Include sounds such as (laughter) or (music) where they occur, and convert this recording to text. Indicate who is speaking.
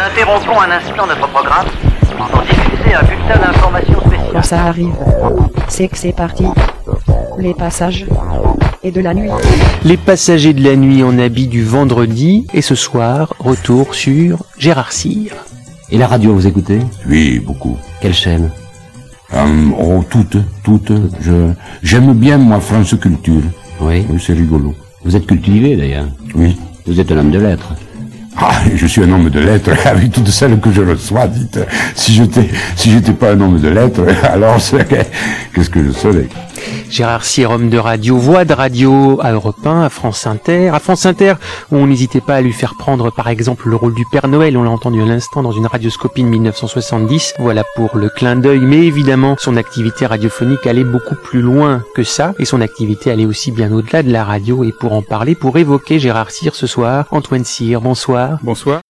Speaker 1: interrompons un instant notre programme pour diffuser un bulletin d'information
Speaker 2: Quand
Speaker 1: spécial.
Speaker 2: ça arrive, c'est que c'est parti. Les passages et de la nuit.
Speaker 3: Les passagers de la nuit en habit du vendredi et ce soir, retour sur Gérard Cyr.
Speaker 4: Et la radio, vous écoutez
Speaker 5: Oui, beaucoup.
Speaker 4: Quelle chaîne
Speaker 5: Hum, oh, toutes, toutes. Je, j'aime bien, moi, France Culture.
Speaker 4: Oui.
Speaker 5: Oui, c'est rigolo.
Speaker 4: Vous êtes cultivé d'ailleurs.
Speaker 5: Oui.
Speaker 4: Vous êtes un homme de lettres.
Speaker 5: Ah, je suis un homme de lettres (laughs) avec toutes celles que je reçois, dites. Si j'étais, si j'étais pas un homme de lettres, (laughs) alors c'est- qu'est-ce que je serais
Speaker 3: Gérard Cyr, homme de radio, voix de radio à Europe 1, à France Inter. À France Inter, où on n'hésitait pas à lui faire prendre par exemple le rôle du Père Noël, on l'a entendu à l'instant dans une radioscopie de 1970. Voilà pour le clin d'œil, mais évidemment, son activité radiophonique allait beaucoup plus loin que ça, et son activité allait aussi bien au-delà de la radio. Et pour en parler, pour évoquer Gérard Cyr ce soir, Antoine Cyr, bonsoir.
Speaker 6: Bonsoir.